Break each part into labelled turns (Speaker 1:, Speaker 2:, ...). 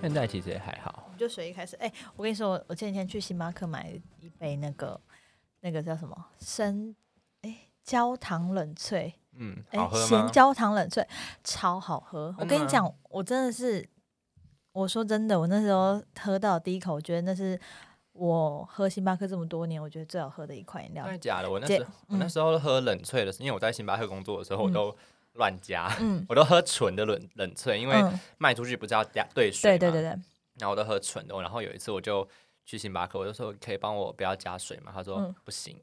Speaker 1: 现在其实也还好。
Speaker 2: 就随意开始。哎、我跟你说，我我前几天去星巴克买一杯那个那个叫什么生哎、焦糖冷萃，
Speaker 1: 嗯，
Speaker 2: 哎、
Speaker 3: 好喝
Speaker 2: 咸
Speaker 3: 吗
Speaker 2: 焦糖冷萃超好喝。我
Speaker 3: 真的
Speaker 2: 跟你
Speaker 3: 吗
Speaker 2: 讲，我真的是，我说真的，我那时候喝到第一口，我觉得那是我喝星巴克这么多年，我觉得最好喝的一款饮料
Speaker 3: 真。的假的？我那
Speaker 2: 姐
Speaker 3: 时候我那
Speaker 2: 嗯
Speaker 3: 时候喝冷萃的时候，因为我在星巴克工作的时候，我
Speaker 2: 嗯
Speaker 3: 都乱加，
Speaker 2: 嗯，
Speaker 3: 我都喝纯的冷冷萃，因为
Speaker 2: 嗯，
Speaker 3: 卖出去不是要加兑水
Speaker 2: 对
Speaker 3: 嘛
Speaker 2: 对对对，
Speaker 3: 然后我都喝纯的。然后有一次我就去星巴克，我就说可以帮我不要加水嘛，他说、
Speaker 2: 嗯
Speaker 3: 不行，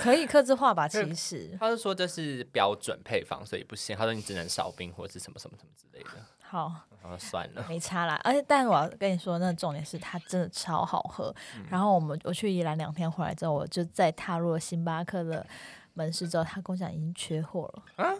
Speaker 2: 可以克制化吧，
Speaker 3: 可以
Speaker 2: 其 实
Speaker 3: 他就说这是标准配方，所以不行，他说你只能少冰或者是什么什么什么之类的。
Speaker 2: 好。
Speaker 3: 然后算了，
Speaker 2: 没差啦，而且但我要跟你说，那重点是它真的超好喝。
Speaker 3: 嗯
Speaker 2: 然后我们我去宜兰两天回来之后，我就再踏入了星巴克的门市之后，他跟我讲已经缺货了，
Speaker 3: 啊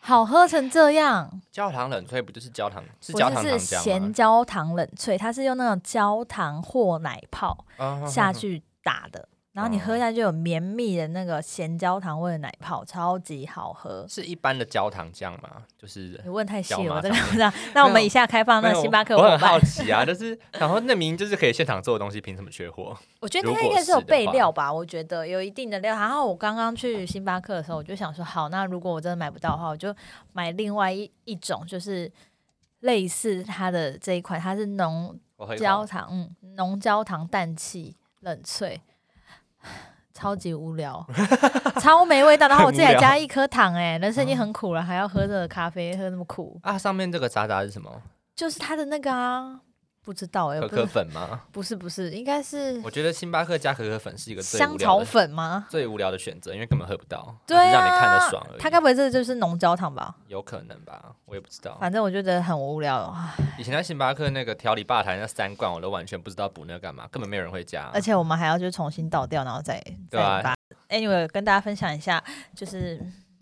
Speaker 2: 好喝成这样，
Speaker 3: 焦糖冷萃不就是焦糖是
Speaker 2: 我
Speaker 3: 焦糖
Speaker 2: 就
Speaker 3: 糖
Speaker 2: 是
Speaker 3: 浆
Speaker 2: 咸
Speaker 3: 吗嗯
Speaker 2: 焦糖冷萃，它是用那种焦糖或奶泡
Speaker 3: 啊？
Speaker 2: 下去打的。然后你
Speaker 3: 哦
Speaker 2: 喝下去就有绵密的那个咸焦糖味的奶泡，超级好喝。
Speaker 3: 是一般的焦糖酱吗？就是
Speaker 2: 你问太细
Speaker 3: 椒
Speaker 2: 了，
Speaker 3: 麻
Speaker 2: 我真的不知道。那我们以下开放那
Speaker 3: 没有
Speaker 2: 星巴克
Speaker 3: 我
Speaker 2: 伙
Speaker 3: 很好
Speaker 2: 伴，
Speaker 3: 奇啊，就是然后那明明就是可以现场做的东西，凭什么缺货？
Speaker 2: 我觉得
Speaker 3: 如
Speaker 2: 它
Speaker 3: 果
Speaker 2: 应该是有
Speaker 3: 是的
Speaker 2: 备
Speaker 3: 话
Speaker 2: 料吧，我觉得有一定的料。然后我刚刚去星巴克的时候，我就想说，好，那如果我真的买不到的话，我就买另外一一种，就是类似它的这一款，它是浓
Speaker 3: 我喝一口
Speaker 2: 焦糖，嗯，浓焦糖氮气冷 萃，超级无聊，超没味道。然后我自己还
Speaker 3: 很无聊
Speaker 2: 加一颗糖、哎，人生已经很苦了，还要喝这个咖啡，喝那么苦，
Speaker 3: 啊！上面这个渣渣是什么？
Speaker 2: 就是它的那个啊，不知道哎、
Speaker 3: 可
Speaker 2: 不
Speaker 3: 可
Speaker 2: 是
Speaker 3: 粉吗？
Speaker 2: 不是不是，应该是
Speaker 3: 我觉得星巴克加可可粉是一个最
Speaker 2: 香
Speaker 3: 无聊
Speaker 2: 草
Speaker 3: 的
Speaker 2: 粉吗？
Speaker 3: 最无聊的选择，因为根本喝不到，
Speaker 2: 对
Speaker 3: 只是让你看
Speaker 2: 啊
Speaker 3: 得爽而，已。
Speaker 2: 他该不会这就是浓焦糖吧？
Speaker 3: 有可能吧，我也不知道。
Speaker 2: 反正我就觉得很无聊，啊唉
Speaker 3: 以前在星巴克那个调理吧台那三罐，我都完全不知道补那个干嘛，根本没有人会加。
Speaker 2: 而且我们还要就重新倒掉，然后再再
Speaker 3: 啊对啊
Speaker 2: 把。Anyway，跟大家分享一下，就是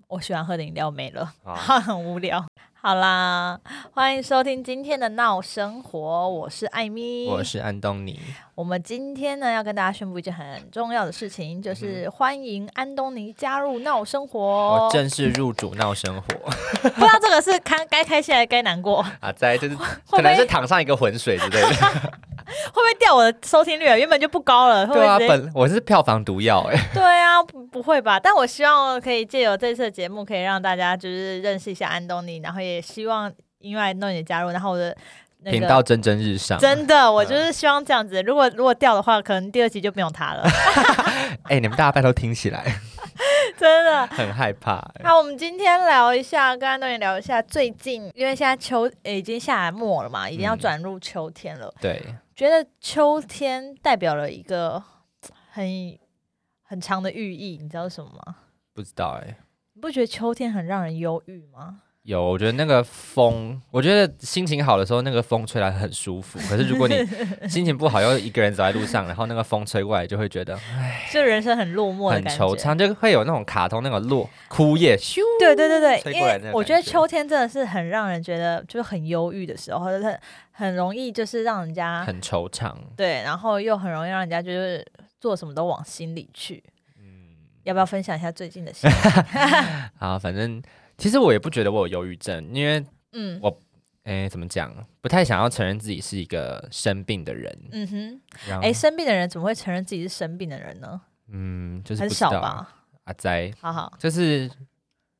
Speaker 2: 我喜欢喝的饮料没了，
Speaker 3: 好
Speaker 2: 很无聊。好啦，欢迎收听今天的闹生活，我是艾米，
Speaker 3: 我是安东尼，
Speaker 2: 我们今天呢要跟大家宣布一件很重要的事情，就是
Speaker 3: 嗯
Speaker 2: 欢迎安东尼加入闹生活
Speaker 3: 我。正式入主闹生活
Speaker 2: 不知道这个是开 该开心还是该难过，会
Speaker 3: 啊，在就是
Speaker 2: 会
Speaker 3: 可能
Speaker 2: 不会
Speaker 3: 是躺上一个浑水之类的。
Speaker 2: 不会掉我的收听率啊？原本就不高了， 会不
Speaker 3: 对啊，
Speaker 2: 会直接
Speaker 3: 本我是票房毒药哎、
Speaker 2: 对啊，不不会吧？但我希望可以借由这次的节目，可以让大家就是认识一下安东尼，然后也希望因为安东尼的加入，然后我的那
Speaker 3: 频
Speaker 2: 个
Speaker 3: 道嗯蒸蒸日上。
Speaker 2: 真的，我就是希望这样子。如果如果掉的话，可能第二集就没有他了，
Speaker 3: 哎、你们大家拜托听起来，
Speaker 2: 真 的。
Speaker 3: 很害怕、哎
Speaker 2: 好，我们今天聊一下，跟安东尼聊一下最近，因为现在秋、呃已经下末了嘛，已经要
Speaker 3: 嗯
Speaker 2: 转入秋天了。
Speaker 3: 对，
Speaker 2: 觉得秋天代表了一个很很长的寓意，你知道是什么吗？
Speaker 3: 不知道哎、
Speaker 2: 你不觉得秋天很让人忧郁吗？
Speaker 3: 有，我觉得那个风，我觉得心情好的时候，那个风吹来很舒服。可是如果 你心情不好，又一个人走在路上，然后那个风吹过来，就会觉得
Speaker 2: 就人生很落寞的
Speaker 3: 很
Speaker 2: 感
Speaker 3: 惆
Speaker 2: 觉。
Speaker 3: 怅，就会有那种卡通那种落枯叶咻。
Speaker 2: 对对对对，
Speaker 3: 吹
Speaker 2: 因
Speaker 3: 过来那个
Speaker 2: 为我觉得
Speaker 3: 感觉
Speaker 2: 秋天真的是很让人觉得就是很忧郁的时候，或者是很很容易就是让人家
Speaker 3: 很惆怅，
Speaker 2: 对，然后又很容易让人家就是做什么都往心里去。
Speaker 3: 嗯，
Speaker 2: 要不要分享一下最近的心情？
Speaker 3: 啊，反正其实我也不觉得我有忧郁症，因为
Speaker 2: 嗯
Speaker 3: 我诶怎么讲，不太想要承认自己是一个生病的人。
Speaker 2: 嗯哼，
Speaker 3: 然后
Speaker 2: 哎，生病的人怎么会承认自己是生病的人呢？
Speaker 3: 嗯，就是
Speaker 2: 很
Speaker 3: 不知
Speaker 2: 少
Speaker 3: 道
Speaker 2: 吧？
Speaker 3: 阿哉，
Speaker 2: 好好，
Speaker 3: 就是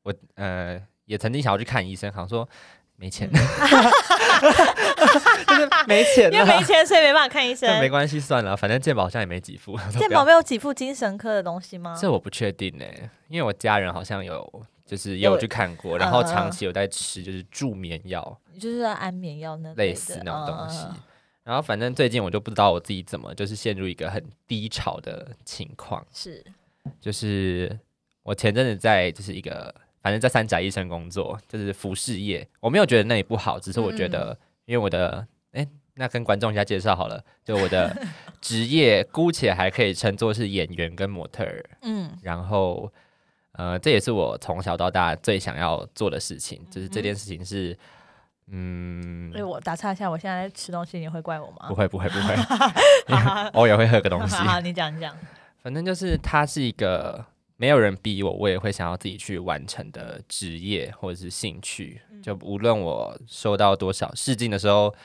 Speaker 3: 我呃也曾经想要去看医生，好像说没钱，
Speaker 2: 嗯
Speaker 3: 就是没钱
Speaker 2: 因为没
Speaker 3: 了，
Speaker 2: 钱所以没办法看 医
Speaker 3: 那没
Speaker 2: 生。
Speaker 3: 关系算了，反正健保好像也没几副，
Speaker 2: 健保没有给付精神科的东西吗？
Speaker 3: 这我不确定呢、因为我家人好像有就是也有
Speaker 2: 有
Speaker 3: 去看过，然后
Speaker 2: 嗯嗯
Speaker 3: 长期有在吃就是助眠药
Speaker 2: 就是安眠药那
Speaker 3: 类
Speaker 2: 的
Speaker 3: 似那种东西
Speaker 2: 嗯嗯嗯。
Speaker 3: 然后反正最近我就不知道我自己怎么就是陷入一个很低潮的情况，
Speaker 2: 是
Speaker 3: 就是我前阵子在就是一个反正在三宅医生工作，就是服饰业，我没有觉得那里不好，只是我觉得因为我的哎、那跟观众一下介绍好了，就我的职业姑且还可以称作是演员跟模特儿，
Speaker 2: 嗯
Speaker 3: 然后，呃，这也是我从小到大最想要做的事情，就是这件事情是，嗯
Speaker 2: 所以，我打岔一下，我现在在吃东西，你会怪我吗
Speaker 3: 不？会不会不会
Speaker 2: 好好，
Speaker 3: 偶尔会喝个东西
Speaker 2: 好，好，你讲你讲。
Speaker 3: 反正就是它是一个没有人逼我，我也会想要自己去完成的
Speaker 2: 嗯
Speaker 3: 职业或者是兴趣，就无论我受到多少试镜的时候。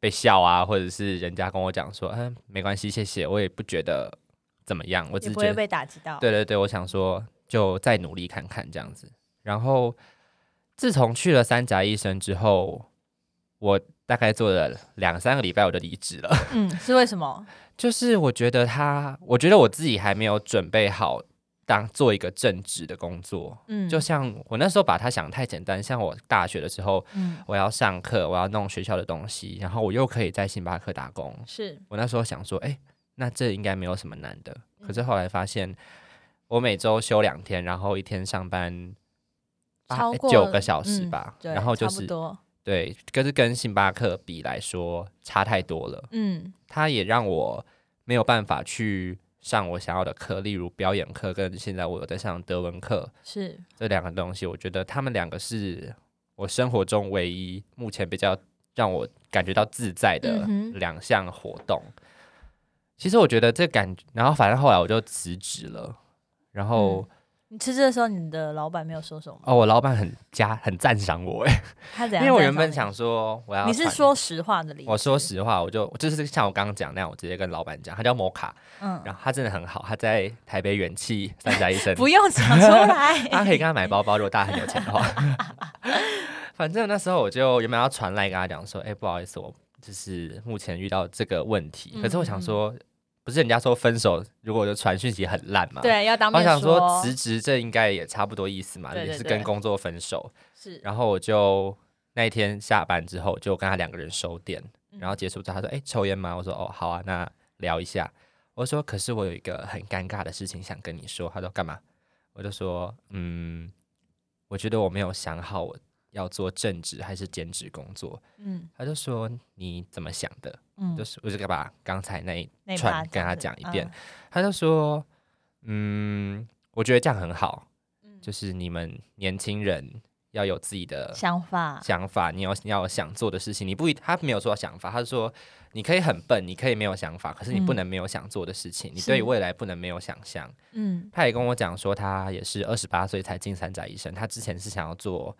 Speaker 3: 被笑啊，或者是人家跟我讲说，嗯，没关系，谢谢，我也不觉得怎么 样，我只
Speaker 2: 也
Speaker 3: 是
Speaker 2: 不
Speaker 3: 觉
Speaker 2: 会
Speaker 3: 得，
Speaker 2: 被打击到。
Speaker 3: 对对对，我想说就再努力看看这样子。然后自从去了三宅医生之后，我大概做了两三个礼拜，我就离职了。
Speaker 2: 嗯，是为什么？
Speaker 3: 就是我觉得他，我觉得我自己还没有准备好当做一个正职的工作。
Speaker 2: 嗯，
Speaker 3: 就像我那时候把它想得太简单，像我大学的时候，
Speaker 2: 嗯
Speaker 3: 我要上课，我要弄学校的东西，然后我又可以在星巴克打工。
Speaker 2: 是
Speaker 3: 我那时候想说，哎、那这应该没有什么难的。可
Speaker 2: 嗯
Speaker 3: 是后来发现，我每周休两天，然后一天上班八
Speaker 2: 超
Speaker 3: 诶
Speaker 2: 过
Speaker 3: 九个小时
Speaker 2: 嗯
Speaker 3: 吧，
Speaker 2: 对
Speaker 3: 然后就
Speaker 2: 差不
Speaker 3: 是
Speaker 2: 多，
Speaker 3: 对，可是跟星巴克比来说差太多了。
Speaker 2: 嗯
Speaker 3: 它也让我没有办法去上我想要的课，例如表演课跟现在我有在上德文课
Speaker 2: 是
Speaker 3: 这两个东西，我觉得他们两个是我生活中唯一目前比较让我感觉到自在的
Speaker 2: 嗯哼
Speaker 3: 两项活动。其实我觉得这感，然后反正后来我就辞职了。然
Speaker 2: 嗯
Speaker 3: 后、
Speaker 2: 你吃这的时候，你的老板没有说什么吗？
Speaker 3: 哦，我老板很加很赞赏我哎，
Speaker 2: 他怎
Speaker 3: 因
Speaker 2: 样？
Speaker 3: 为我
Speaker 2: 啊赞
Speaker 3: 原
Speaker 2: 赏
Speaker 3: 本
Speaker 2: 你，
Speaker 3: 想说我要
Speaker 2: 你是
Speaker 3: 传
Speaker 2: 说实话的理？
Speaker 3: 我说，实话，我就就是像我刚刚讲那样，我直接跟老板讲，他叫摩卡，
Speaker 2: 嗯，
Speaker 3: 然后他真的很好，他在台北元气三宅医生，
Speaker 2: 不用讲出
Speaker 3: 大家
Speaker 2: 来。
Speaker 3: 可以跟他买包包，如果大家很有 钱的话。反正那时候我就原本要传来跟他讲说，哎、不好意思，我就是目前遇到这个问题。可是
Speaker 2: 嗯
Speaker 3: 我想说，不是人家说分手，如果我就传讯息很烂嘛？。
Speaker 2: 对，啊要当
Speaker 3: 我
Speaker 2: 面
Speaker 3: 想
Speaker 2: 说
Speaker 3: 说辞职，这应该也差不多意思嘛，
Speaker 2: 对对
Speaker 3: 也是
Speaker 2: 对
Speaker 3: 跟工作分手。
Speaker 2: 是，
Speaker 3: 然后我就那一天下班之后，就跟他两个人收店，然后结束之后，他说：“哎、抽烟吗？”我说：“哦，好啊，那聊一下。”我说：“可是我有一个很尴尬的事情想跟你说。”他说：“干嘛？”我就说：“嗯，我觉得我没有想好我要做正职还是兼职工作。
Speaker 2: 嗯”
Speaker 3: 他就说：“你怎么想的？”
Speaker 2: 嗯
Speaker 3: 就，是我就把刚才那一
Speaker 2: 那一
Speaker 3: 串
Speaker 2: 趴
Speaker 3: 跟他
Speaker 2: 子嗯
Speaker 3: 讲一遍，他就说：“嗯，我觉得这样很好，
Speaker 2: 嗯
Speaker 3: 就是你们年轻人要有自己的
Speaker 2: 嗯想法，
Speaker 3: 想法，你要你要有想做的事情，你不一他没有说想法，他说你可以很笨，你可以没有想法，可是你不
Speaker 2: 嗯
Speaker 3: 能没有想做的事情，你
Speaker 2: 是
Speaker 3: 对于未来不能没有想象。
Speaker 2: 嗯
Speaker 3: 他也跟我讲说，他也是二十八岁才进三宅医生，他之前是想要做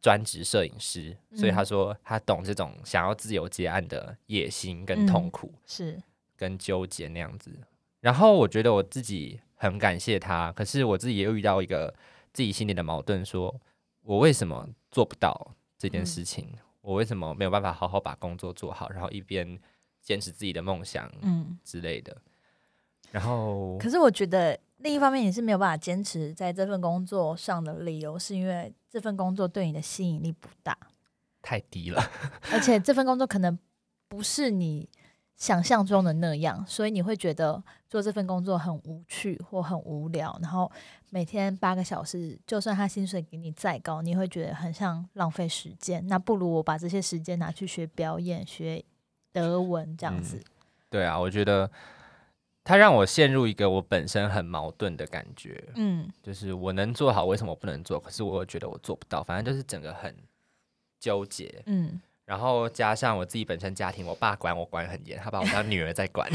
Speaker 3: 专职摄影师，所以
Speaker 2: 嗯
Speaker 3: 他说他懂这种想要自由接案的野心跟痛
Speaker 2: 嗯
Speaker 3: 苦
Speaker 2: 是，
Speaker 3: 跟纠结那样子。然后我觉得我自己很感谢他，可是我自己也遇到一个自己心里的矛盾说，我为什么做不到这
Speaker 2: 嗯
Speaker 3: 件事情？我为什么没有办法好好把工作做好，然后一边坚持自己的梦想
Speaker 2: 嗯。
Speaker 3: 之类的？然后
Speaker 2: 可是我觉得另一方面也是没有办法坚持在这份工作上的理由，是因为这份工作对你的吸引力不大，
Speaker 3: 太低了，
Speaker 2: 而且这份工作可能不是你想象中的那样，所以你会觉得做这份工作很无趣或很无聊，然后每天八个小时，就算他薪水给你再高，你会觉得很像浪费时间。那不如我把这些时间拿去学表演、学德文这样
Speaker 3: 嗯
Speaker 2: 子。
Speaker 3: 对啊，我觉得他让我陷入一个我本身很矛盾的感觉，
Speaker 2: 嗯，
Speaker 3: 就是我能做好，为什么我不能做？可是我又觉得我做不到，反正就是整个很纠结。
Speaker 2: 嗯，
Speaker 3: 然后加上我自己本身家庭，我爸管我管很严，他把我当女儿在 管，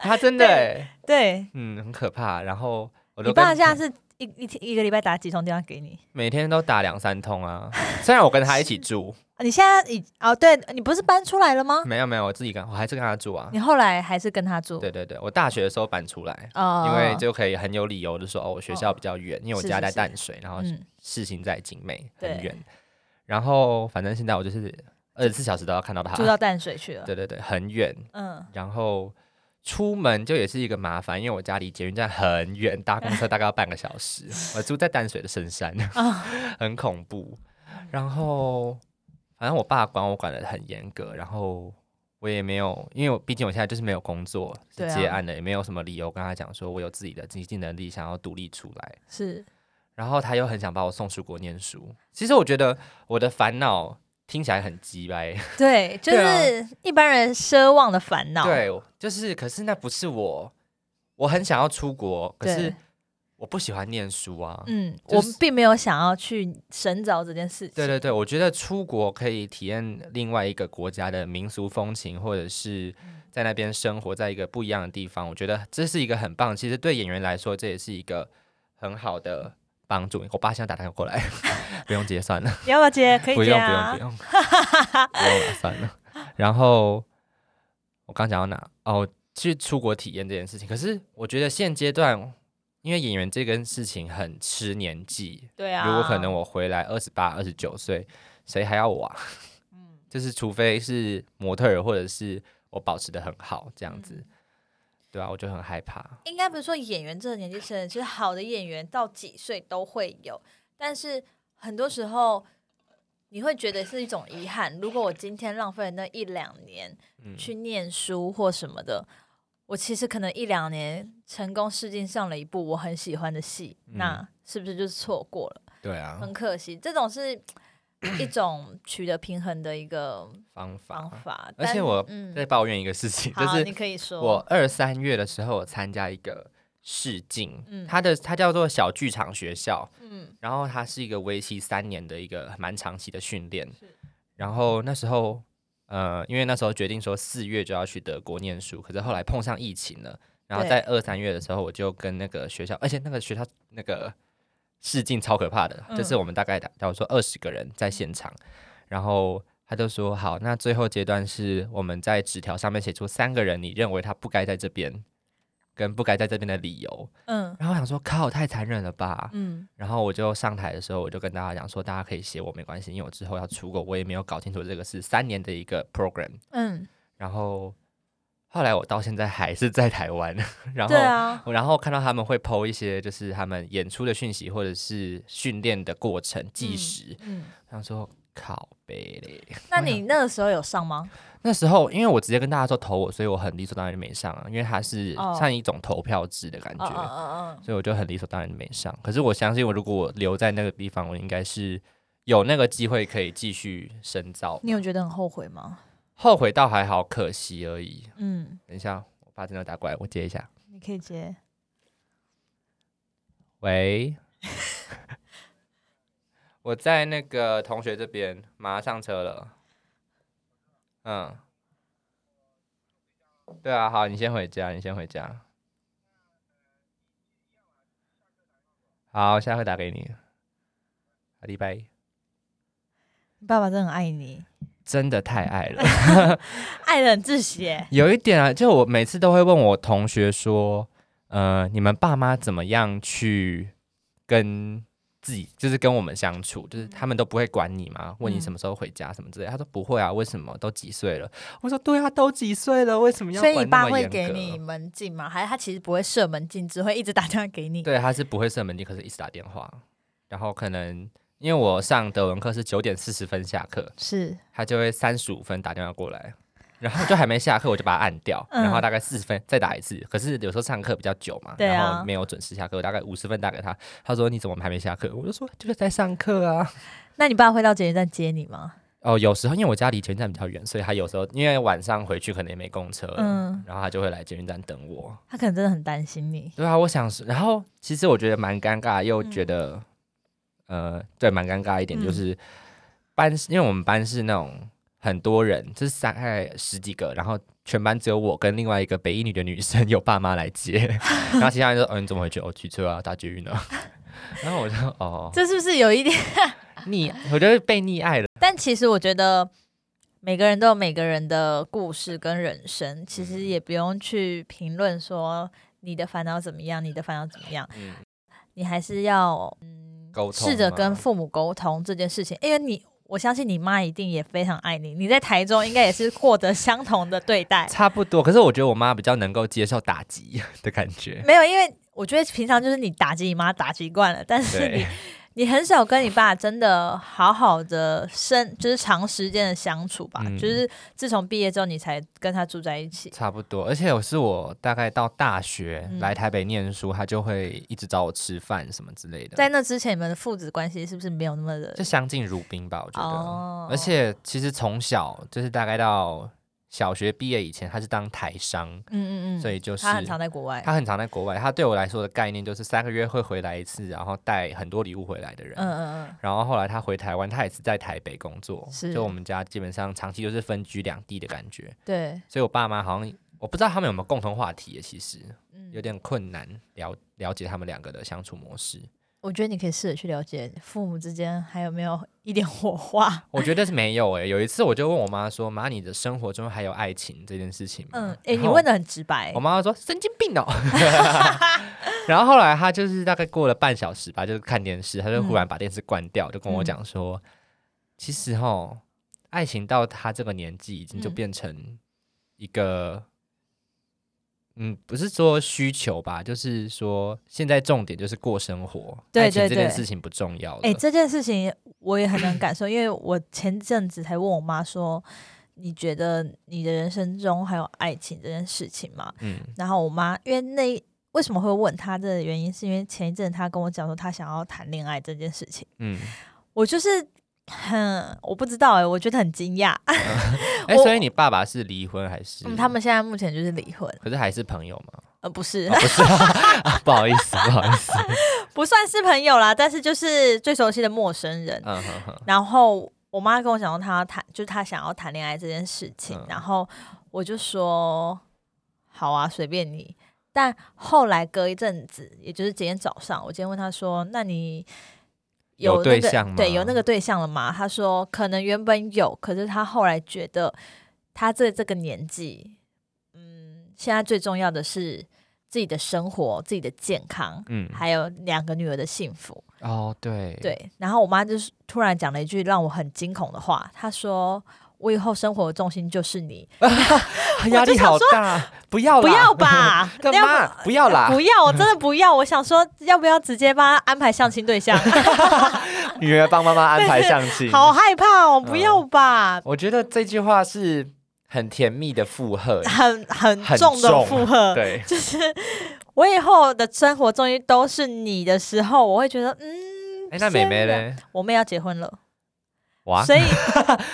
Speaker 3: 他真的、欸，
Speaker 2: 对，
Speaker 3: 嗯，很可怕。然后我
Speaker 2: 你
Speaker 3: 都
Speaker 2: 爸
Speaker 3: 跟
Speaker 2: 现在是一一天一个礼拜打几通电话给你？
Speaker 3: 每天都打两三通啊，虽然我跟他一起住，
Speaker 2: 啊你现在已哦，对你不是搬出来了吗？
Speaker 3: 没有没有，我自己跟我还是跟他住啊
Speaker 2: 你。后来还是跟他住？
Speaker 3: 对对对，我大学的时候搬出来，
Speaker 2: 哦，
Speaker 3: 因为就可以很有理由的说，哦，我学校比较远，因为我
Speaker 2: 是
Speaker 3: 家
Speaker 2: 是
Speaker 3: 在
Speaker 2: 是
Speaker 3: 淡水，然后
Speaker 2: 嗯，
Speaker 3: 事情在景美，
Speaker 2: 对
Speaker 3: 很远。然后反正现在我就是二十四小时都要看到他，
Speaker 2: 住到淡水去了。
Speaker 3: 啊对对对，很远。
Speaker 2: 嗯，
Speaker 3: 然后出门就也是一个麻烦，因为我家离捷运站很远，搭公车大概要半个小时。我住在淡水的深山， 很恐怖。然后反正我爸管我管得很严格，然后我也没有，因为我毕竟我现在就是没有工作，
Speaker 2: 对
Speaker 3: 是
Speaker 2: 啊
Speaker 3: 接案的，也没有什么理由跟他讲说我有自己的经济能力，想要独立出来。
Speaker 2: 是
Speaker 3: 然后他又很想把我送出国念书。其实我觉得我的烦恼听起来很鸡掰，
Speaker 2: 对，就
Speaker 3: 对啊
Speaker 2: 是一般人奢望的烦恼。
Speaker 3: 对，就是可是那不是我，我很想要出国，可
Speaker 2: 对，
Speaker 3: 是我不喜欢念书啊。
Speaker 2: 嗯，
Speaker 3: 就
Speaker 2: 我
Speaker 3: 是
Speaker 2: 并没有想要去深造这件事情。
Speaker 3: 对对对，我觉得出国可以体验另外一个国家的民俗风情，或者是
Speaker 2: 嗯
Speaker 3: 在那边生活在一个不一样的地方，我觉得这是一个很棒。其实对演员来说，这也是一个很好的帮助。我爸现在打电话过 来，不用结算了。
Speaker 2: 要不要接？可以
Speaker 3: 不
Speaker 2: 接
Speaker 3: 用不用
Speaker 2: 啊
Speaker 3: 不。用，不用了，算了。然后我刚讲到哪？哦，去出国体验这件事情。可是我觉得现阶段，因为演员这件事情很吃年纪，
Speaker 2: 对啊，
Speaker 3: 如果可能，我回来二十八、二十九岁，谁还要我啊？
Speaker 2: 嗯
Speaker 3: 就是除非是模特儿，或者是我保持的很好这样
Speaker 2: 嗯
Speaker 3: 子，对啊，我就很害怕。
Speaker 2: 应该不是说演员这个年纪成人，其实好的演员到几岁都会有，但是很多时候你会觉得是一种遗憾。如果我今天浪费了那一两年
Speaker 3: 嗯
Speaker 2: 去念书或什么的，我其实可能一两年成功试镜上了一部我很喜欢的戏，
Speaker 3: 嗯
Speaker 2: 那是不是就是错过了？
Speaker 3: 对啊
Speaker 2: 很可惜，这种是一种取得平衡的一个
Speaker 3: 方
Speaker 2: 方
Speaker 3: 法。
Speaker 2: 法。
Speaker 3: 而且
Speaker 2: 但
Speaker 3: 我
Speaker 2: 嗯，
Speaker 3: 在抱怨一个事情，就
Speaker 2: 好，啊你
Speaker 3: 是
Speaker 2: 可以说
Speaker 3: 我二三月的时候，我参加一个试镜，
Speaker 2: 嗯
Speaker 3: 它的它叫做小剧场学校，
Speaker 2: 嗯
Speaker 3: 然后它是一个为期三年的一个蛮长期的训练
Speaker 2: 是。
Speaker 3: 然后那时候，呃，因为那时候决定说四月就要去德国念书，可是后来碰上疫情了。然后
Speaker 2: 对
Speaker 3: 在二三月的时候，我就跟那个学校，而且那个学校那个试镜超可怕的，
Speaker 2: 嗯
Speaker 3: 就是我们大概假如说二十个人在现场，然后他就说好，那最后阶段是我们在纸条上面写出三个人你认为他不该在这边，跟不该在这边的理由。
Speaker 2: 嗯
Speaker 3: 然后我想说靠，太残忍了吧！
Speaker 2: 嗯
Speaker 3: 然后我就上台的时候，我就跟大家讲说，大家可以写我没关系，因为我之后要出国，我也没有搞清楚这个是三年的一个 program。
Speaker 2: 嗯，
Speaker 3: 然后后来我到现在还是在台湾，然后、
Speaker 2: 对啊，
Speaker 3: 然后看到他们会 PO 一些就是他们演出的讯息或者是训练的过程计时，
Speaker 2: 嗯，
Speaker 3: 然后说靠背嘞。
Speaker 2: 那你那个时候有上吗？
Speaker 3: 那时候因为我直接跟大家说投我，所以我很理所当然就没上啊，因为它是
Speaker 2: 哦
Speaker 3: 像一种投票制的感觉。
Speaker 2: 嗯嗯嗯嗯，
Speaker 3: 所以我就很理所当然的没上。可是我相信，我如果我留在那个地方，我应该是有那个机会可以继续深造。
Speaker 2: 你有觉得很后悔吗？
Speaker 3: 后悔倒还好，可惜而已。
Speaker 2: 嗯，
Speaker 3: 等一下，我爸真的打过来，我接一下。
Speaker 2: 你可以接。
Speaker 3: 喂，我在那个同学这边，马上上车了。嗯，对啊，好，你先回家，你先回家。好，下回打给你。好，礼拜一。
Speaker 2: 你爸爸真的很爱你，
Speaker 3: 真的太爱了，
Speaker 2: 爱的很窒息欸。
Speaker 3: 有一点啊，就我每次都会问我同学说，呃，你们爸妈怎么样去跟自己，就是跟我们相处，就是他们都不会管你吗？问你什么时候回家什么之类的，他说不会啊，为什么都几岁了？我说对啊，都几岁了，为什么要
Speaker 2: 所以你
Speaker 3: 管
Speaker 2: 爸
Speaker 3: 那么
Speaker 2: 会
Speaker 3: 严
Speaker 2: 给
Speaker 3: 格？
Speaker 2: 你门禁吗？还是他其实不会设门禁，只会一直打电话给你？
Speaker 3: 对，他是不会设门禁，可是一直打电话，然后可能因为我上德文课是九点四十分下课，
Speaker 2: 是，
Speaker 3: 他就会三十五分打电话过来，然后就还没下课，我就把它按掉，
Speaker 2: 嗯
Speaker 3: 然后大概四十分再打一次。可是有时候上课比较久嘛，
Speaker 2: 对啊
Speaker 3: 然后没有准时下课，我大概五十分打给他，他说你怎么还没下课？我就说就是在上课啊。
Speaker 2: 那你爸会到捷运站接你吗？
Speaker 3: 哦，有时候因为我家离捷运站比较远，所以他有时候因为晚上回去可能也没公车了，
Speaker 2: 嗯
Speaker 3: 然后他就会来捷运站等我。
Speaker 2: 他可能真的很担心你。
Speaker 3: 对啊，我想说，然后其实我觉得蛮尴尬，又觉得、呃，对，蛮尴尬一点，
Speaker 2: 嗯
Speaker 3: 就是班是，因为我们班是那种很多人，就是大概十几个，然后全班只有我跟另外一个北一女的女生 有爸妈来接， 然后其他人说，嗯、你怎么回去？哦，骑车啊，搭捷运啊。 然后我就哦，
Speaker 2: 这是不是有一点？
Speaker 3: 溺，我觉得被溺爱了。
Speaker 2: 但其实我觉得每个人都有每个人的故事跟人生，其实也不用去评论说你的烦恼怎么样，你的烦恼怎么样，
Speaker 3: 嗯，
Speaker 2: 你还是要
Speaker 3: 沟通
Speaker 2: 试着
Speaker 3: 嘛，
Speaker 2: 跟父母沟通这件事情，因为你我相信你妈一定也非常爱你，你在台中应该也是获得相同的对待
Speaker 3: 差不多，可是我觉得我妈比较能够接受打击的感觉。
Speaker 2: 没有，因为我觉得平常就是你打击你妈打击惯了，但 是
Speaker 3: 对
Speaker 2: 你。你很少跟你爸真的好好的深，就是长时间的相处吧。
Speaker 3: 嗯
Speaker 2: 就是自从毕业之后，你才跟他住在一起。
Speaker 3: 差不多，而且我是我大概到大学、
Speaker 2: 嗯
Speaker 3: 来台北念书，他就会一直找我吃饭什么之类的，
Speaker 2: 在那之前，你们的父子关系是不是没有那么的
Speaker 3: 就？相敬如宾吧，我觉得。
Speaker 2: 哦
Speaker 3: 而且其实从小就是大概到小学毕业以前，他是当台商，
Speaker 2: 嗯嗯嗯，
Speaker 3: 所以就是
Speaker 2: 他很常在国外。
Speaker 3: 他很常在国外。他对我来说的概念就是三个月会回来一次，然后带很多礼物回来的人。
Speaker 2: 嗯嗯
Speaker 3: 然后后来他回台湾，他也是在台北工作，
Speaker 2: 是
Speaker 3: 就我们家基本上长期就是分居两地的感觉
Speaker 2: 嗯，，对，
Speaker 3: 所以我爸妈好像我不知道他们有没有共同话题耶，其实，
Speaker 2: 嗯
Speaker 3: 有点困难了了解他们两个的相处模式。
Speaker 2: 我觉得你可以试着去了解父母之间还有没有一点火花。
Speaker 3: 我觉得是没有诶、有一次我就问我妈说：“妈，你的生活中还有爱情这件事情吗？”
Speaker 2: 嗯，诶，
Speaker 3: 然
Speaker 2: 你
Speaker 3: 后
Speaker 2: 问的很直白
Speaker 3: 我。妈妈说：“神经病哦。” 然后后来她就是大概过了半小时吧，就是看电视，她就忽然把电视关掉，就跟我讲说：“
Speaker 2: 嗯
Speaker 3: 其实哈，爱情到她这个年纪已经就
Speaker 2: 嗯
Speaker 3: 变成一个，嗯，不是说需求吧，就是说现在重点就是过生活，
Speaker 2: 对
Speaker 3: 爱情
Speaker 2: 对
Speaker 3: 这件
Speaker 2: 对
Speaker 3: 事情不重要了。
Speaker 2: 诶，这件事情我也很能感受，因为我前阵子才问我妈说，你觉得你的人生中还有爱情这件事情吗？
Speaker 3: 嗯
Speaker 2: 然后我妈因为那为什么会问她的原因，是因为前一阵她跟我讲说她想要谈恋爱这件事情，
Speaker 3: 嗯，
Speaker 2: 我就是很我不知道哎、我觉得很惊讶、
Speaker 3: 哎、
Speaker 2: 我
Speaker 3: 所以你爸爸是离婚还是、
Speaker 2: 嗯他们现在目前就是离婚，
Speaker 3: 可是还是朋友吗？
Speaker 2: 呃，不是、
Speaker 3: 哦、不是、啊，不好意思，不好意思。
Speaker 2: 不算是朋友啦，但是就是最熟悉的陌生人。
Speaker 3: 嗯哼哼，
Speaker 2: 然后我妈跟我讲说她要谈，就是她想要谈恋爱这件事情，
Speaker 3: 嗯
Speaker 2: 然后我就说好啊，随便你。但后来隔一阵子，也就是今天早上，我今天问她说：“那你
Speaker 3: 有
Speaker 2: 那
Speaker 3: 对
Speaker 2: 个
Speaker 3: 象吗
Speaker 2: 对有那个对象了吗？”她说：“可能原本有，可是她后来觉得她在这个年纪，嗯，现在最重要的是自己的生活、自己的健康，
Speaker 3: 嗯，
Speaker 2: 还有两个女儿的幸福。”
Speaker 3: 哦，对，，
Speaker 2: 对，然后我妈就是突然讲了一句让我很惊恐的话，她说：“我以后生活的重心就是你，
Speaker 3: 压
Speaker 2: 我就
Speaker 3: 力
Speaker 2: 想
Speaker 3: 好大，不要啦，
Speaker 2: 不要吧？
Speaker 3: 干
Speaker 2: 要
Speaker 3: 嘛？不要啦，
Speaker 2: 不要，我真的不要。我想说，要不要直接帮她安排相亲 对象？
Speaker 3: 女儿帮妈妈安排相亲。
Speaker 2: 好，害怕哦，不
Speaker 3: 嗯
Speaker 2: 要吧，，
Speaker 3: 我觉得这句话是很甜蜜的附和
Speaker 2: 很很
Speaker 3: 嗯很
Speaker 2: 重的
Speaker 3: 重
Speaker 2: 负荷。
Speaker 3: 对，
Speaker 2: 就是我以后的生活重心都是你的时候，我会觉得，嗯，
Speaker 3: 哎，那妹妹嘞？啊
Speaker 2: 我妹要结婚了。”
Speaker 3: 哇，
Speaker 2: 所以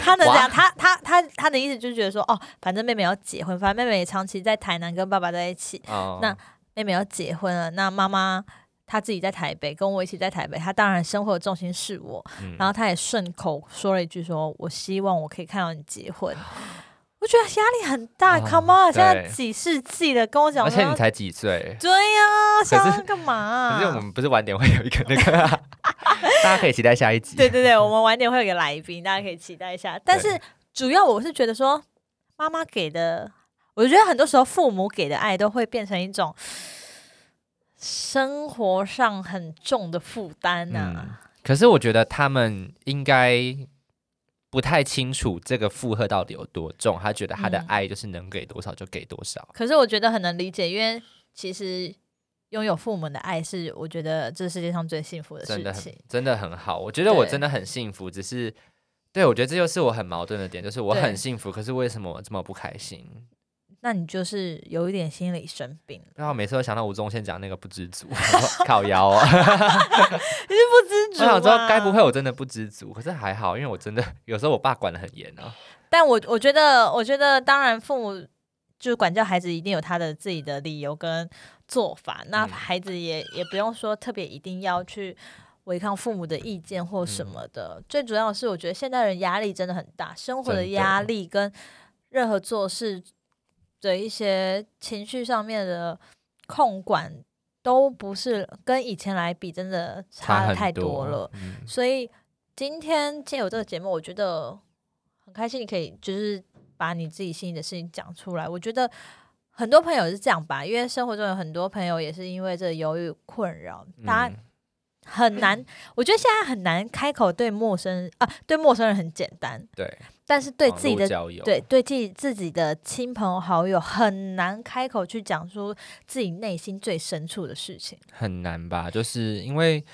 Speaker 2: 他能这
Speaker 3: 哇
Speaker 2: 样，他他他他的意思就是觉得说，哦，反正妹妹要结婚，反正妹妹也长期在台南跟爸爸在一起，
Speaker 3: 哦
Speaker 2: 那妹妹要结婚了，那妈妈她自己在台北，跟我一起在台北，她当然生活的重心是我，
Speaker 3: 嗯
Speaker 2: 然后她也顺口说了一句说，我希望我可以看到你结婚。我觉得压力很大、
Speaker 3: 哦
Speaker 2: c o m e on，现在
Speaker 3: 对
Speaker 2: 几世纪了，跟我讲
Speaker 3: 而
Speaker 2: 说
Speaker 3: 且你
Speaker 2: 要，
Speaker 3: 才几岁，
Speaker 2: 对呀、
Speaker 3: 是
Speaker 2: 想要干嘛啊、
Speaker 3: 可是我们不是晚点会有一个那 个，大家可以期待下一集。
Speaker 2: 对对对，我们晚点会有个来宾，大家可以期待一下。但是主要我是觉得说，妈妈给的，我觉得很多时候父母给的爱都会变成一种生活上很重的负担啊呐、
Speaker 3: 嗯，可是我觉得他们应该不太清楚这个负荷到底有多重，他觉得他的
Speaker 2: 嗯
Speaker 3: 爱就是能给多少就给多少。
Speaker 2: 可是我觉得很能理解，因为其实拥有父母的爱是我觉得这世界上最幸福的
Speaker 3: 真的
Speaker 2: 事
Speaker 3: 很
Speaker 2: 情。
Speaker 3: 真的很好，我觉得我
Speaker 2: 对
Speaker 3: 真的很幸福，只是对我觉得这就是我很矛盾的点，就是我
Speaker 2: 对
Speaker 3: 很幸福，可是为什么我这么不开心？
Speaker 2: 那你就是有一点心理生病，
Speaker 3: 然后每次都想到吴宗宪讲那个不知足， 我说靠腰啊、
Speaker 2: 你是不知
Speaker 3: 我
Speaker 2: 足
Speaker 3: 想说
Speaker 2: 吗
Speaker 3: 该不会我真的不知足？可是还好，因为我真的有时候我爸管的很严啊。
Speaker 2: 但我我觉得，我觉得当然父母就是管教孩子一定有他的自己的理由跟做法，那
Speaker 3: 嗯
Speaker 2: 孩子也也不用说特别一定要去违抗父母的意见或什么的。最主要的是，我觉得现代人压力真的很大，生活的
Speaker 3: 真的
Speaker 2: 压力跟任何做事的一些情绪上面的控管。都不是跟以前来比，真的差
Speaker 3: 很
Speaker 2: 得太多了。
Speaker 3: 嗯
Speaker 2: 所以今天借由这个节目，我觉得很开心，你可以就是把你自己心里的事情讲出来。我觉得很多朋友是这样吧，因为生活中有很多朋友也是因为这犹豫困扰，大家
Speaker 3: 嗯
Speaker 2: 很难。我觉得现在很难开口对陌生人啊，对陌生人很简单，
Speaker 3: 对
Speaker 2: 但是对自己
Speaker 3: 网络
Speaker 2: 的
Speaker 3: 交友
Speaker 2: 对对自己自己的亲朋好友很难开口去讲出自己内心最深处的事情。
Speaker 3: 很难吧？就是因为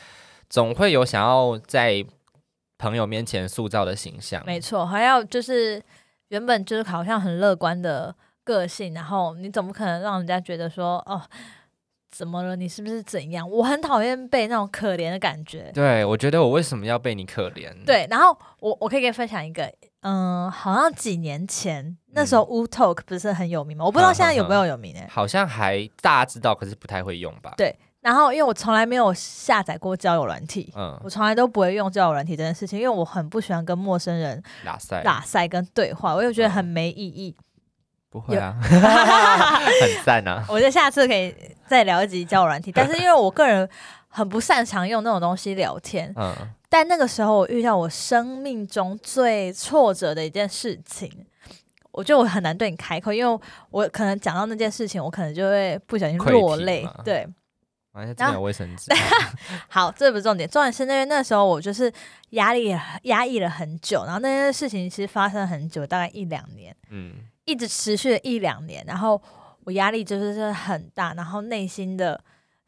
Speaker 3: 总会有想要在朋友面前塑造的形象，
Speaker 2: 没错，还要就是原本就是好像很乐观的个性，然后你总不可能让人家觉得说哦，怎么了？你是不是怎样？我很讨厌被那种可怜的感觉。
Speaker 3: 对，我觉得我为什么要被你可怜？，
Speaker 2: 对，然后我我可以给你分享一个，嗯，好像几年前那时候 Wu Talk 不是很有名吗？我不知道现在有没有有名哎、
Speaker 3: 好像还大家知道，可是不太会用吧？
Speaker 2: 对然后因为我从来没有下载过交友软体。
Speaker 3: 嗯，
Speaker 2: 我从来都不会用交友软体这件事情，因为我很不喜欢跟陌生人
Speaker 3: 拉塞，
Speaker 2: 打赛跟对话，我又觉得很没意义。
Speaker 3: 不会啊，很赞啊，啊
Speaker 2: 我觉得下次可以再聊一集交友软体，但是因为我个人很不擅长用那种东西聊天。
Speaker 3: 嗯，
Speaker 2: 但那个时候我遇到我生命中最挫折的一件事情，我觉得我很难对你开口，因为我可能讲到那件事情，我可能就会不小心
Speaker 3: 溃堤
Speaker 2: 落泪
Speaker 3: 嘛。
Speaker 2: 对，
Speaker 3: 好像真的
Speaker 2: 然后
Speaker 3: 有卫生 纸。
Speaker 2: 好，这不是重点，重点是那那时候我就是压力也压抑了很久，然后那件事情其实发生很久，大概一两年，
Speaker 3: 嗯，
Speaker 2: 一直持续了一两年，然后我压力就是真的很大，然后内心的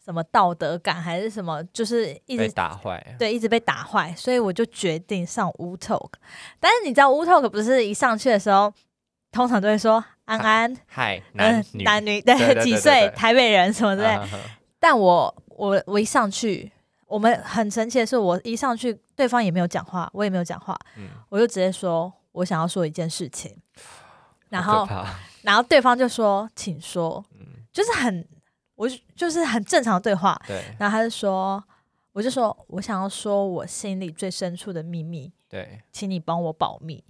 Speaker 2: 什么道德感还是什么，就是一
Speaker 3: 被
Speaker 2: 直
Speaker 3: 打坏。
Speaker 2: 对，一直被打坏，所以我就决定上 Wu Talk。但是你知道 Wu Talk 不是一上去的时候，通常都会说安安，
Speaker 3: 嗨，
Speaker 2: 嗯
Speaker 3: 啊男女
Speaker 2: 男女对
Speaker 3: 对对对
Speaker 2: 几
Speaker 3: 对
Speaker 2: 岁
Speaker 3: 对，
Speaker 2: 台北人什么之类。
Speaker 3: 啊呵呵
Speaker 2: 但我我我一上去，我们很神奇的是，我一上去，对方也没有讲话，我也没有讲话，
Speaker 3: 嗯，
Speaker 2: 我就直接说我想要说一件事情，然
Speaker 3: 好可
Speaker 2: 后
Speaker 3: 怕
Speaker 2: 然后对方就说请说，
Speaker 3: 嗯，
Speaker 2: 就是很我就就是很正常的对话，
Speaker 3: 对
Speaker 2: 然后他就说，我就说我想要说我心里最深处的秘密，
Speaker 3: 对，
Speaker 2: 请你帮我保密。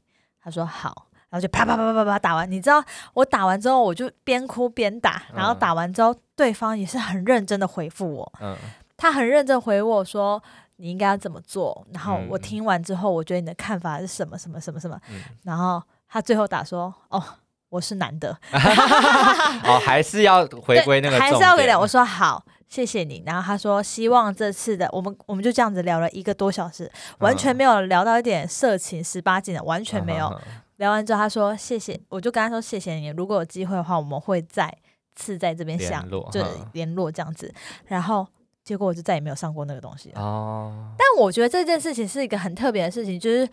Speaker 2: 他说好，然后就啪啪啪啪啪打完。你知道我打完之后，我就边哭边打，
Speaker 3: 嗯
Speaker 2: 然后打完之后，对方也是很认真的回复我，
Speaker 3: 嗯
Speaker 2: 他很认真回我说。你应该要怎么做？然后
Speaker 3: 嗯
Speaker 2: 我听完之后，我觉得你的看法是什么什么什么什么。
Speaker 3: 嗯，
Speaker 2: 然后他最后打说：“哦，我是男的。”
Speaker 3: 哦，还是要回归那个
Speaker 2: 对还是
Speaker 3: 重
Speaker 2: 要给
Speaker 3: 点
Speaker 2: 我说好，谢谢你。然后他说希望这次的我们我们就这样子聊了一个多小时，完全没有聊到一点色情十八禁的，完全没有。
Speaker 3: 嗯嗯嗯
Speaker 2: 聊完之后他说谢谢，我就跟他说谢谢你，如果有机会的话，我们会再次在这边
Speaker 3: 联
Speaker 2: 相
Speaker 3: 络
Speaker 2: 就
Speaker 3: 嗯
Speaker 2: 联络这样子。然后结果我就再也没有上过那个东西了。
Speaker 3: 哦，
Speaker 2: 但我觉得这件事情是一个很特别的事情，就是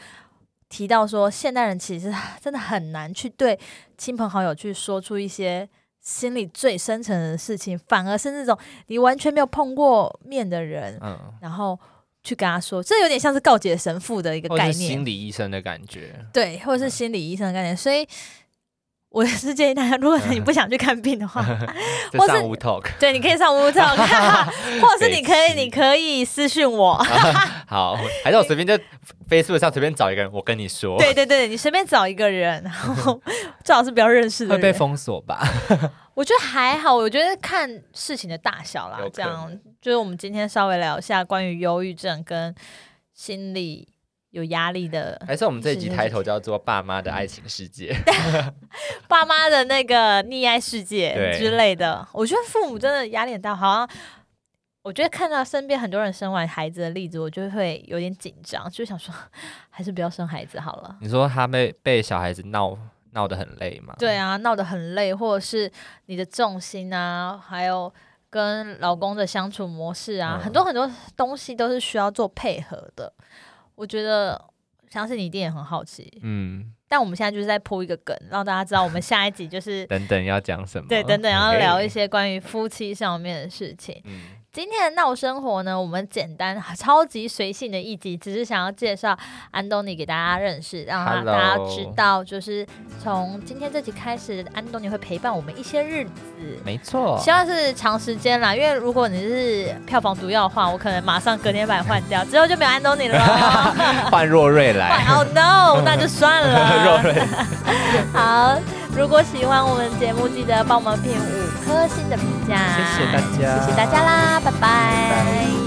Speaker 2: 提到说现代人其实 真的很难去对亲朋好友去说出一些心里最深层的事情，反而是那种你完全没有碰过面的人，
Speaker 3: 嗯，
Speaker 2: 然后去跟他说，这有点像是告解神父的一个
Speaker 3: 或
Speaker 2: 概
Speaker 3: 是
Speaker 2: 念
Speaker 3: 心，理医嗯生的感 觉，
Speaker 2: 对，或者是心理医生的概念，所以。我是建议大家，如果
Speaker 3: 嗯
Speaker 2: 你不想去看病 的话，
Speaker 3: 这
Speaker 2: 或是
Speaker 3: 上 Wu Talk
Speaker 2: 对，你可以上乌 照看，或者是你可以，
Speaker 3: 北
Speaker 2: 你
Speaker 3: 齐
Speaker 2: 可以私信我，
Speaker 3: 好，还是我随便就 Facebook 上随便找一个人，我跟你说，
Speaker 2: 对对对，你随便找一个人，然后最好是不要认识的
Speaker 3: 会
Speaker 2: 人。
Speaker 3: 被封锁吧？
Speaker 2: 我觉得还好，我觉得看事情的大小啦
Speaker 3: 有，
Speaker 2: 这
Speaker 3: 可能
Speaker 2: 样就是我们今天稍微聊一下关于忧郁症跟心理有压力的
Speaker 3: 还是我们这一集
Speaker 2: 是是
Speaker 3: 开头叫做《爸妈的爱情世界》？
Speaker 2: 爸妈的那个溺爱世界
Speaker 3: 对
Speaker 2: 之类的。我觉得父母真的压力很大，好像。我觉得看到身边很多人生完孩子的例子，我就会有点紧张，就想说还是不要生孩子好了。
Speaker 3: 你说他被被小孩子闹闹得很累吗？
Speaker 2: 对啊，闹得很累，或者是你的重心啊，还有跟老公的相处模式啊，
Speaker 3: 嗯
Speaker 2: 很多很多东西都是需要做配合的。我觉得，相信你一定也很好奇。
Speaker 3: 嗯，
Speaker 2: 但我们现在就是在铺一个梗，让大家知道我们下一集就是
Speaker 3: 等等要讲什么？
Speaker 2: 对等等要
Speaker 3: OK
Speaker 2: 聊一些关于夫妻上面的事情。
Speaker 3: 嗯，
Speaker 2: 今天的闹生活呢，我们简单 超级随性的一集，只是想要介绍安东尼给大家认识，让他
Speaker 3: Hello
Speaker 2: 大家知道，就是从今天这集开始，安东尼会陪伴我们一些日子。
Speaker 3: 没错
Speaker 2: 希。望是长时间啦，因为如果你是票房毒药的话，我可能马上隔天把你换掉，之后就没有安东尼了 咯。
Speaker 3: 换若瑞来，
Speaker 2: 哦 no，那就算
Speaker 3: 若
Speaker 2: 了。
Speaker 3: 瑞，
Speaker 2: 好，如果喜欢我们节目，记得帮我们评五颗星的评价。
Speaker 3: 谢谢大家
Speaker 2: 谢谢大家啦，拜拜
Speaker 3: 拜